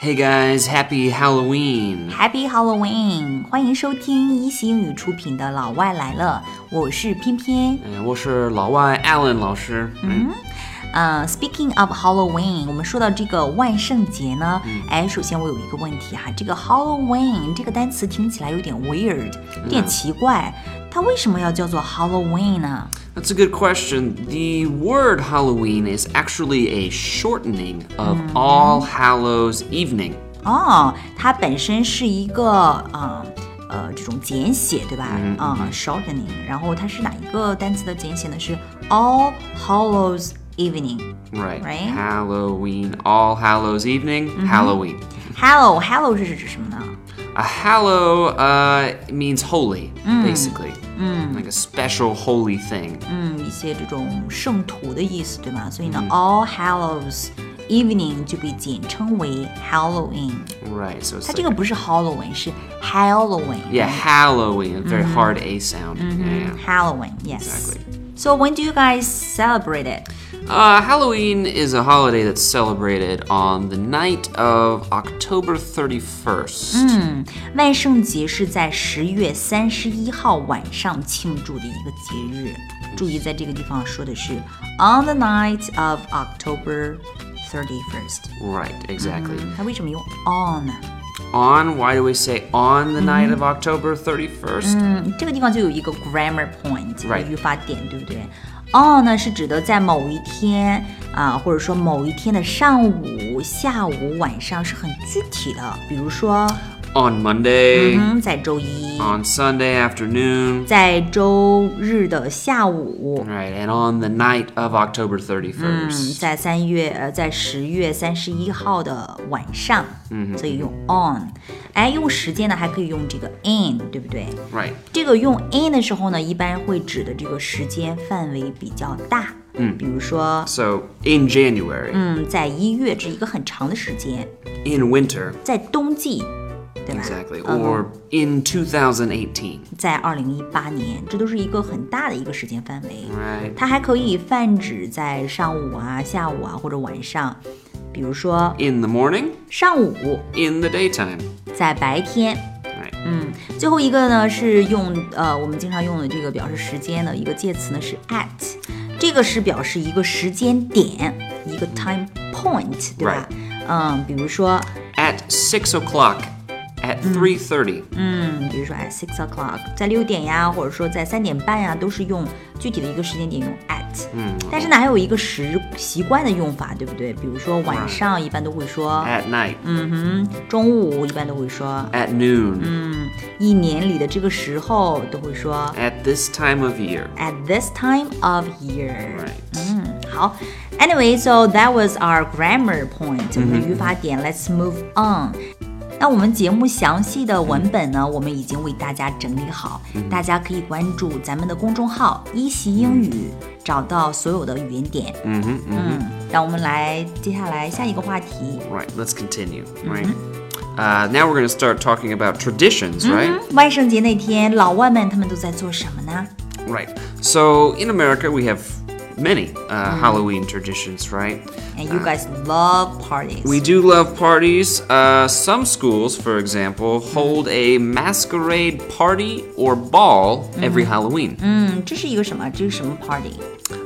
Hey guys, happy Halloween！ Happy Halloween！欢迎收听一席英语出品的《老外来了》，我是偏偏。嗯，我是老外 Uh, Alan 老师。嗯，呃、s p e a k i n g of Halloween，我们说到这个万圣节呢，哎，首先我有一个问题哈、这个 Halloween 这个单词听起来有点 weird，有点奇怪，它为什么要叫做 Halloween 呢？ that's a good question. The word Halloween is actually a shortening of All Hallows Evening. 哦，它本身是一个呃呃这种简写对吧？啊、s h o r t e n i n g 然后它是哪一个单词的简写呢？是 All Hallows Evening。 Right. Right. Halloween, All Hallows Evening, Halloween. Hello Hello 是指什么呢？ A hallow uh, means holy, basically. Like a special holy thing. 嗯，一些这种圣徒的意思，对吗？所以呢、嗯 a l l Hallows Evening 就被简称为 Halloween。 Right. So it's like 它这个不是 Halloween，是 Halloween。 yeah, Halloween, a very hard A sound. Yeah. Halloween, yes. Exactly. So when do you guys celebrate it? Uh, Halloween is a holiday that's celebrated on the night of October 31st. 万圣节是在十月三十一号晚上庆祝的一个节日。注意，在这个地方说的是 on the night of October thirty first。 Right, exactly. 它为什么用 on 呢？ On, why do we say on the night of October 31st? 这个地方就有一个 grammar point， Right. 语法点，对不对？On 呢是指的在某一天啊、或者说某一天的上午、下午、晚上是很具体的，比如说， On Monday, 嗯，在周一， on Sunday afternoon. 在周日的下午， Right, and on the night of October 31st. 在三月呃，在十月三十一号的晚上，嗯，所以用 on，哎，用时间呢还可以用这个 in，对不对？ Right. 这个用 in 的时候呢，一般会指的这个时间范围比较大，嗯，比如说， So, in January, 嗯，在一月这是一个很长的时间， in winter, 在冬季，对吧嗯 exactly, Uh-huh. or in 2018. 在二零一八年，这都是一个很大的一个时间范围。 Right. 它还可以泛指在上午啊、下午啊或者晚上，比如说 In the morning, 上午 in the daytime. 在白天。 Right. 最后一个呢是用呃我们经常用的这个表示时间的一个介词呢是 at，这个是表示一个时间点，一个 time point，对吧嗯，比如说 at six o'clock, at three thirty. 嗯，比如说 at six o'clock，在六点呀，或者说在三点半呀，都是用具体的一个时间点用 at。嗯，但是呢，还有一个时习惯的用法，对不对？比如说晚上一般都会说， at night, 中午一般都会说， at noon, 一年里的这个时候都会说 at this time of year. at this time of year。 Right. Mm-hmm. 嗯好，Anyway, so that was our grammar point，我们嗯的语法点。Let's move on。那我们节目详细的文本呢，我们已经为大家整理好，嗯大家可以关注咱们的公众号“一席英语”，找到所有的语言点。嗯嗯哼嗯，让我们来接下来下一个话题。 Right. Let's continue. Right. Uh, now we're going to start talking about traditions, right? 嗯万圣节那天，老外们他们都在做什么呢？ Right. So in America, we have many uh, Halloween traditions, right? And you guys love parties. Uh We do love parties. Uh, some schools, for example, hold a masquerade party or ball every Halloween. 嗯，这是一个什么？这是什么 party？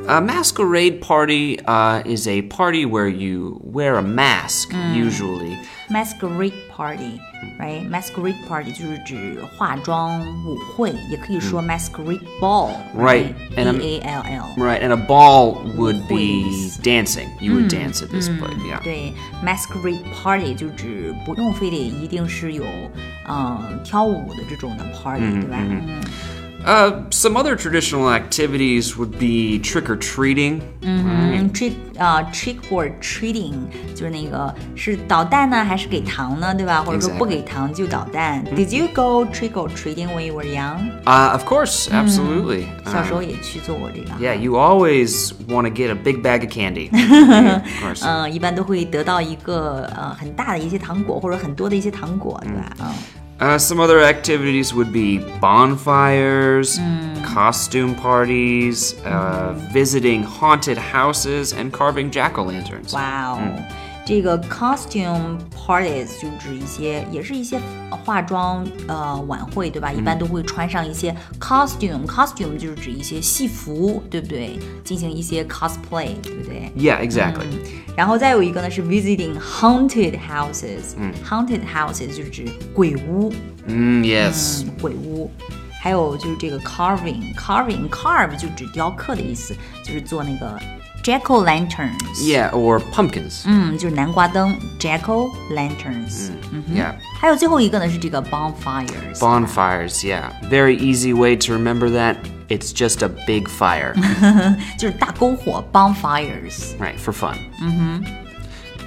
A masquerade party uh, is a party where you wear a mask, usually. masquerade 嗯 party，right? masquerade party 就是指化妆舞会，也可以说 masquerade ball。嗯 Right, and I'm- B A L L。 Right, and a ball would be Quiz. dancing. You would dance at this place, yeah. 对，masquerade party 就指不用非得一定是有嗯跳舞的这种的 party，、对吧？嗯 Uh, some other traditional activities would be trick or treating. 嗯，trick 啊、trick or treating 就是那个是捣蛋呢，还是给糖呢，对吧？或者说 Exactly. 嗯不给糖就捣蛋。Did you go trick or treating when you were young？、 Uh, of course, absolutely. 小 Uh, 时候也去做过这个。 yeah, you always want to get a big bag of candy. Yeah, of course. 嗯，一般都会得到一个呃很大的一些糖果，或者很多的一些糖果，对吧？嗯， Uh, some other activities would be bonfires, costume parties, uh, visiting haunted houses, and carving jack o' lanterns. 哇哦。这个 costume parties 就指一些，也是一些化妆呃晚会，对吧？一般都会穿上一些 costume，costume、就是指一些戏服，对不对？进行一些 cosplay，对不对？ Yeah, exactly. 然后再有一个呢是 visiting haunted houses，嗯，haunted houses 就是指鬼屋， Mm, yes. 嗯，鬼屋。还有就是这个 carving，carving carve 就指雕刻的意思，就是做那个 jack o' lanterns， Yeah, or pumpkins. 嗯，就是南瓜灯 jack o' lanterns。嗯 Yeah. 还有最后一个呢是这个 bonfires。 Bonfires, yeah. Very easy way to remember that. It's just a big fire. 就是大篝火 bonfires。 right, for fun. Mm-hmm.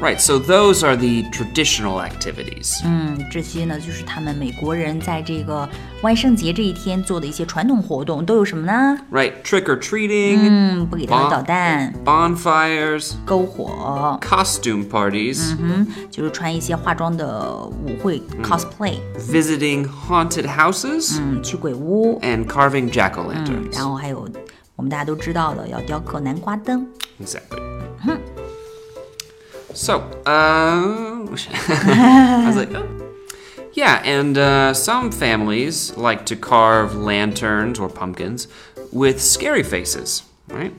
Right, so those are the traditional activities. 嗯，这些呢就是他们美国人在这个万圣节这一天做的一些传统活动，都有什么呢？ Right, trick or treating, 嗯，不给他们捣蛋， bonfires, 篝火， costume parties, 就是穿一些化妆的舞会 cosplay， visiting haunted houses, 嗯，去鬼屋， and carving jack o' lanterns. 然后还有我们大家都知道的要雕刻南瓜灯。 Exactly. So, uh, I was like, oh. yeah, and uh, some families like to carve lanterns or pumpkins with scary faces, right?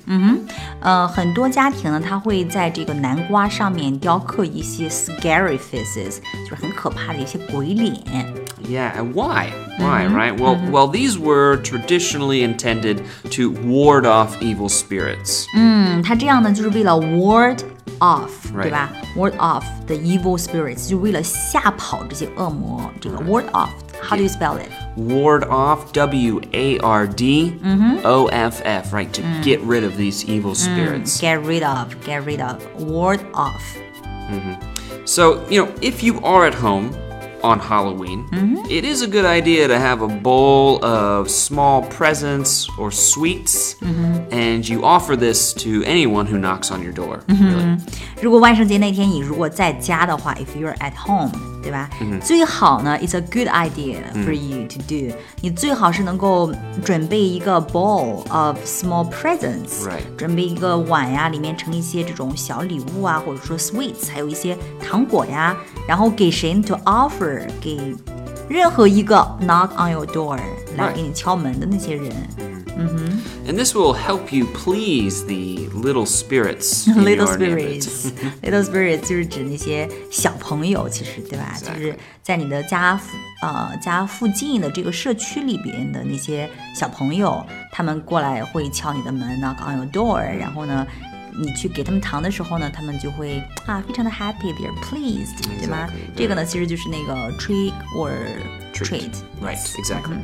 呃，很多家庭呢，他会在这个南瓜上面雕刻一些 scary faces，就是很可怕的一些鬼脸。 Yeah, and why? Why, right? Well, well, these were traditionally intended to ward off evil spirits. 嗯，他这样呢，就是为了 ward off，、对 Right. 吧？ward off the evil spirits，就为了吓跑这些恶魔。这个 ward off，how do you spell it？ Ward off, W A R D Mm-hmm. O F F, right? To get rid of these evil spirits. Mm. Get rid of, get rid of, ward off. So, you know, if you are at home on Halloween, Mm-hmm. it is a good idea to have a bowl of small presents or sweets, Mm-hmm. and you offer this to anyone who knocks on your door. Mm-hmm. Really. 如果万圣节那天你如果在家的话，if you're at home，对吧？嗯最好呢，it's a good idea for you to do、你最好是能够准备一个 bowl of small presents，、 Right 准备一个碗呀，里面盛一些这种小礼物啊，或者说 sweets，还有一些糖果呀，然后给谁 to offer 给任何一个 knock on your door 来 Right 给你敲门的那些人 And this will help you please the little spirits. in Little your neighborhood. spirits，little spirits 就是指那些小朋友，其实对吧 Exactly. 就是在你的家附呃家附近的这个社区里边的那些小朋友，他们过来会敲你的门，knock on your door，然后呢，你去给他们糖的时候呢，他们就会啊非常的 happy，they're pleased，、对吗 Exactly，对这个呢其实就是那个 trick or treat， Right, exactly.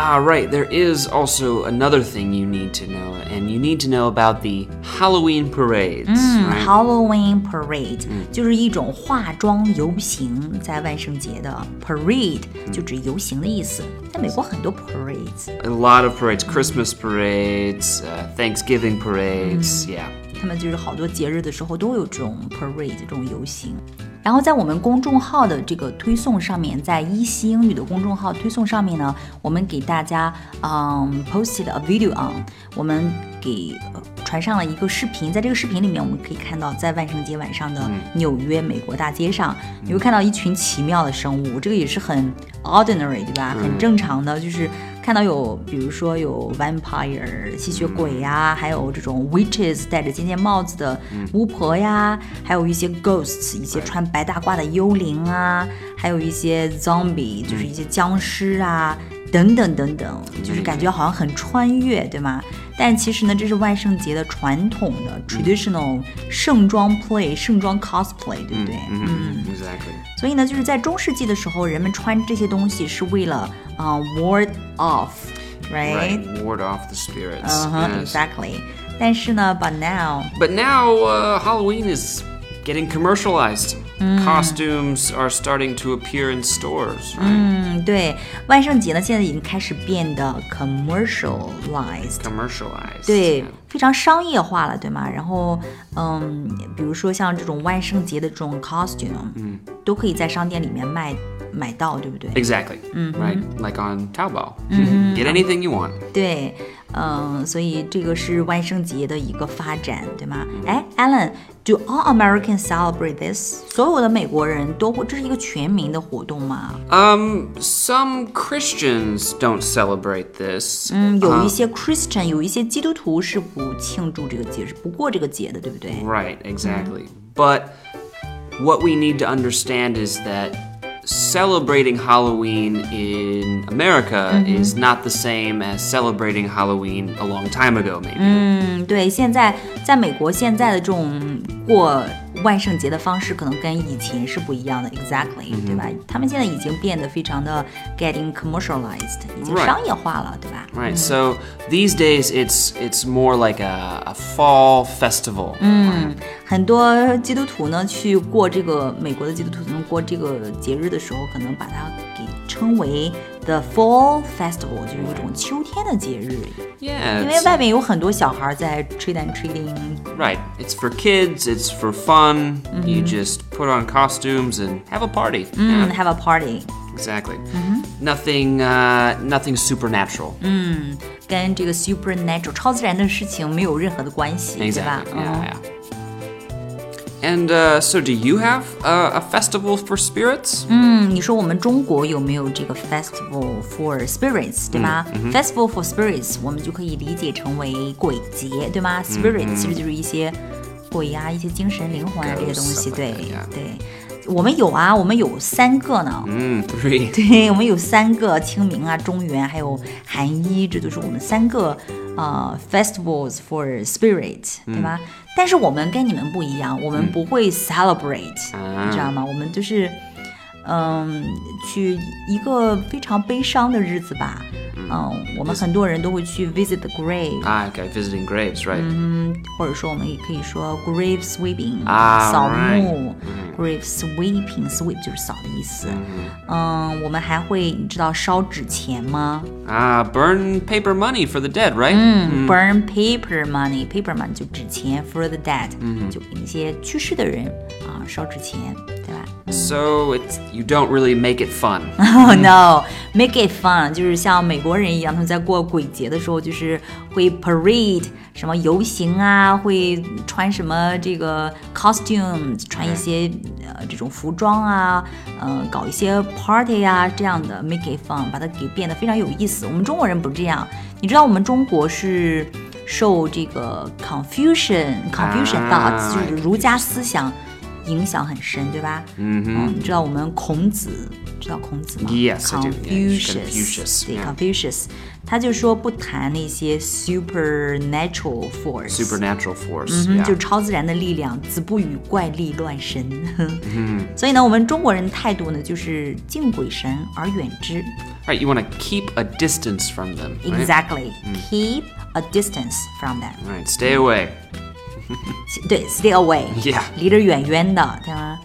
Ah, right. There is also another thing you need to know, and you need to know about the Halloween parades. Mm, right? Halloween parade、就是一种化妆游行，在万圣节的 parade、就指游行的意思。在美国很多 parades， a lot of parades christmas parades uh, thanksgiving parades yeah 他们就是好多节日的时候都有这种 parade 这种游行。然后在我们公众号的这个推送上面，在一席英语的公众号推送上面呢，我们给大家嗯 posted a video on，我们给呃传上了一个视频，在这个视频里面，我们可以看到在万圣节晚上的纽约美国大街上，你会看到一群奇妙的生物，这个也是很 ordinary 对吧？很正常的，就是。看到有，比如说有 vampire 吸血鬼呀、还有这种 witches 戴着尖尖帽子的巫婆呀，还有一些 ghosts 一些穿白大褂的幽灵啊，还有一些 zombie 就是一些僵尸啊。等等等等，就是感觉好像很穿越，对吗？但其实呢，这是万圣节的传统的 traditional 盛装 play、盛装 cosplay，对不对？ exactly 所以呢，就是在中世纪的时候，人们穿这些东西是为了啊、ward off，right？ right ward off the spirits 嗯哼 yes. ，exactly。但是呢，but now， but now uh, halloween is getting commercialized costumes are starting to appear in stores right 嗯，对，万圣节呢，现在已经开始变得 commercialized。 commercialized 对 yeah.，非常商业化了，对吗？然后，嗯，比如说像这种万圣节的这种 costume，嗯，都可以在商店里面卖买到，对不哎对？ exactly right like on taobao get anything you want 对，嗯，所以这个是万圣节的一个发展，对吗？哎，Alan， Do all Americans celebrate this？所有的美国人都会，这是一个全民的活动吗？ Um, some Christians don't celebrate this. 嗯，有一些 Christian，、有一些基督徒是不庆祝这个节日，不过这个节的，对不对？ Right, exactly. But what we need to understand is that celebrating Halloween in America is not the same as celebrating Halloween a long time ago, maybe. 嗯，对，现在在美国现在的这种过万圣节的方式，可能跟以前是不一样的，exactly，、对吧？他们现在已经变得非常的 getting commercialized，已经 Right 商业化了对吧？ Right, so these days it's it's more like a, a fall festival. 很多基督徒呢去过这个美国的基督徒，他们过这个节日的时候，可能把它给称为 the Fall Festival，就是一种秋天的节日， Yeah, 因为 it's- 外面有很多小孩在 trick and treating。 right. It's for kids. It's for fun. You just put on costumes and have a party. Yeah. 嗯，have a party， Exactly. Nothing, uh, nothing supernatural. 跟这个 supernatural 超自然的事情没有任何的关系，对吧 Exactly.？嗯 Yeah, yeah. And uh, so, do you have uh, a festival for spirits? 嗯，你说我们中国有没有这个 festival for spirits，对吧、f 嗯 e s t i v a l for spirits，我们就可以理解成为鬼节，对嗯吗？spirit、s 其实就是一些鬼啊、一些精神、灵魂啊这些东西， Ghosts, 对 yeah. 对。我们有啊，我们有三个呢。 Mm, three. 对，我们有三个清明啊、中元还有寒衣，这就是我们三个呃 festivals for spirit，对吧？但是我们跟你们不一样，我们不会 celebrate，、你知道吗？我们就是嗯，去一个非常悲伤的日子吧。嗯，我们很多人都会去 visit the grave，、 Ah, okay, visiting graves, right? 或者说我们也可以说 grave sweeping，、啊扫墓。grave sweeping，sweep 就是扫的意思。嗯，我们还会你知道烧纸钱吗、 Ah, burn paper money for the dead, right? b u r n 嗯 paper money，paper money 就纸钱，for the dead，、就给那些去世的人啊烧纸钱，对吧？ So it's you don't really make it fun. Oh no, make it fun，就是像美国人一样，他们在过鬼节的时候，就是会 parade 什么游行啊，会穿什么这个 costume，穿一些呃这种服装啊，呃搞一些 party 啊这样的 make it fun，把它给变得非常有意思。我们中国人不是这样，你知道我们中国是。受这个 Confucian Confucian thoughts、啊就是儒家思想影响很深，对吧？嗯你知道我们孔子，知道孔子吗 Yes, I do. Confucius， Yeah, Confucius, 对 yeah. Confucius，他就说不谈那些 supernatural force。 Supernatural force. 嗯 yeah. 就是超自然的力量，子不语怪力乱神。嗯 所以呢，我们中国人态度呢，就是敬鬼神而远之。 Right, you want to keep a distance from them. Right? Exactly, 嗯 keep a distance from them. Right, stay away. 对，stay away， Yeah. 离得远远的，对吗？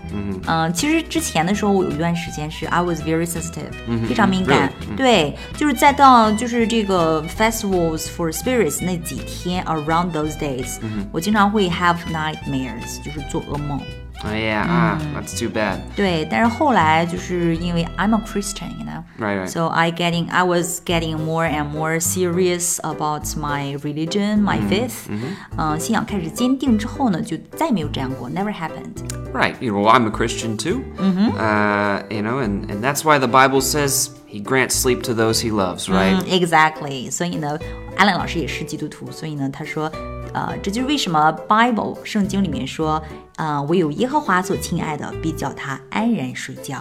嗯其实之前的时候，我有一段时间是 I was very sensitive，、非常敏感。对，就是再到就是这个 festivals for spirits 那几天 around those days，、我经常会 have nightmares，就是做噩梦。 Oh yeah, ah, that's too bad. 对，但是后来就是因为 I'm a Christian，you know。 Right, right. So I getting I was getting more and more serious about my religion, my Mm-hmm, faith. 嗯、信仰开始坚定之后呢，就再没有这样过，never happened. Right. You know, well, I'm a Christian too. Mm-hmm. Uh, you know, and, and that's why the Bible says he grants sleep to those he loves, right? 嗯，exactly. 所以呢，阿亮老师也是基督徒，所以呢，他说，呃，这就是为什么 Bible 圣经里面说，呃，唯有耶和华所亲爱的，必叫他安然睡觉。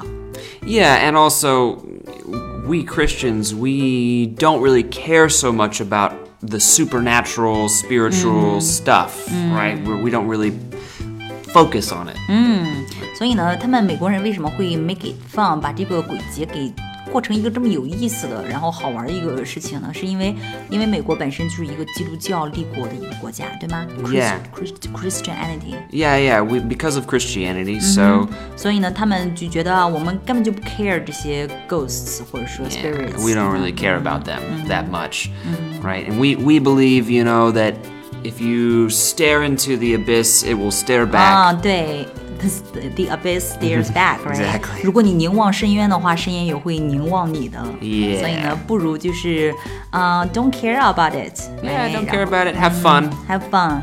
Yeah, and also, we Christians, we don't really care so much about the supernatural, spiritual stuff, right? We're, we don't really focus on it. 所以呢，他们美国人为什么会 make it fun，把这个鬼节给过成一个这么有意思的，然后好玩的一个事情呢？是因为因为美国本身就是一个基督教立国的一个国家，对吗 Yeah. Christ, Christ, Christianity。 Yeah, yeah, we, because of Christianity, so 所以呢，他们就觉得啊我们根本就不 care 这些 ghosts 或者说 spirits，、 we don't really care about them that much, right? And we, we believe, you know, that if you stare into the abyss, it will stare back. 啊，对。The the abyss stares back, right? Exactly. 如果你凝望深渊的话，深渊也会凝望你的。 Yeah. 所以呢，不如就是，啊、d o n t care about it. 哎 Yeah, right? don't 然 care Mm-hmm. 后 about it. Have fun. Have fun.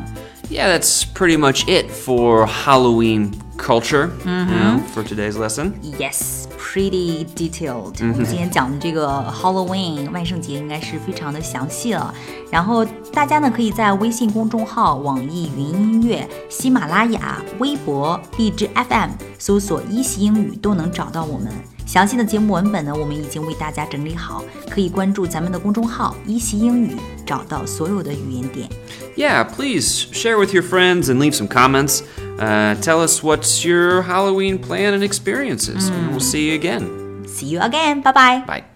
Yeah, that's pretty much it for Halloween culture you know, for today's lesson. Yes, pretty detailed、我们今天讲的这个 Halloween 万圣节应该是非常的详细了。然后大家呢可以在微信公众号、网易云音乐、喜马拉雅、微博、荔枝 FM 搜索“一席英语”都能找到我们。详细的节目文本呢，我们已经为大家整理好，可以关注咱们的公众号“一席英语”，找到所有的语言点。 Yeah, please share with your friends and leave some comments. Uh, tell us Mm. what's your Halloween plan and experiences. And we'll see you again. See you again，拜拜。 Bye.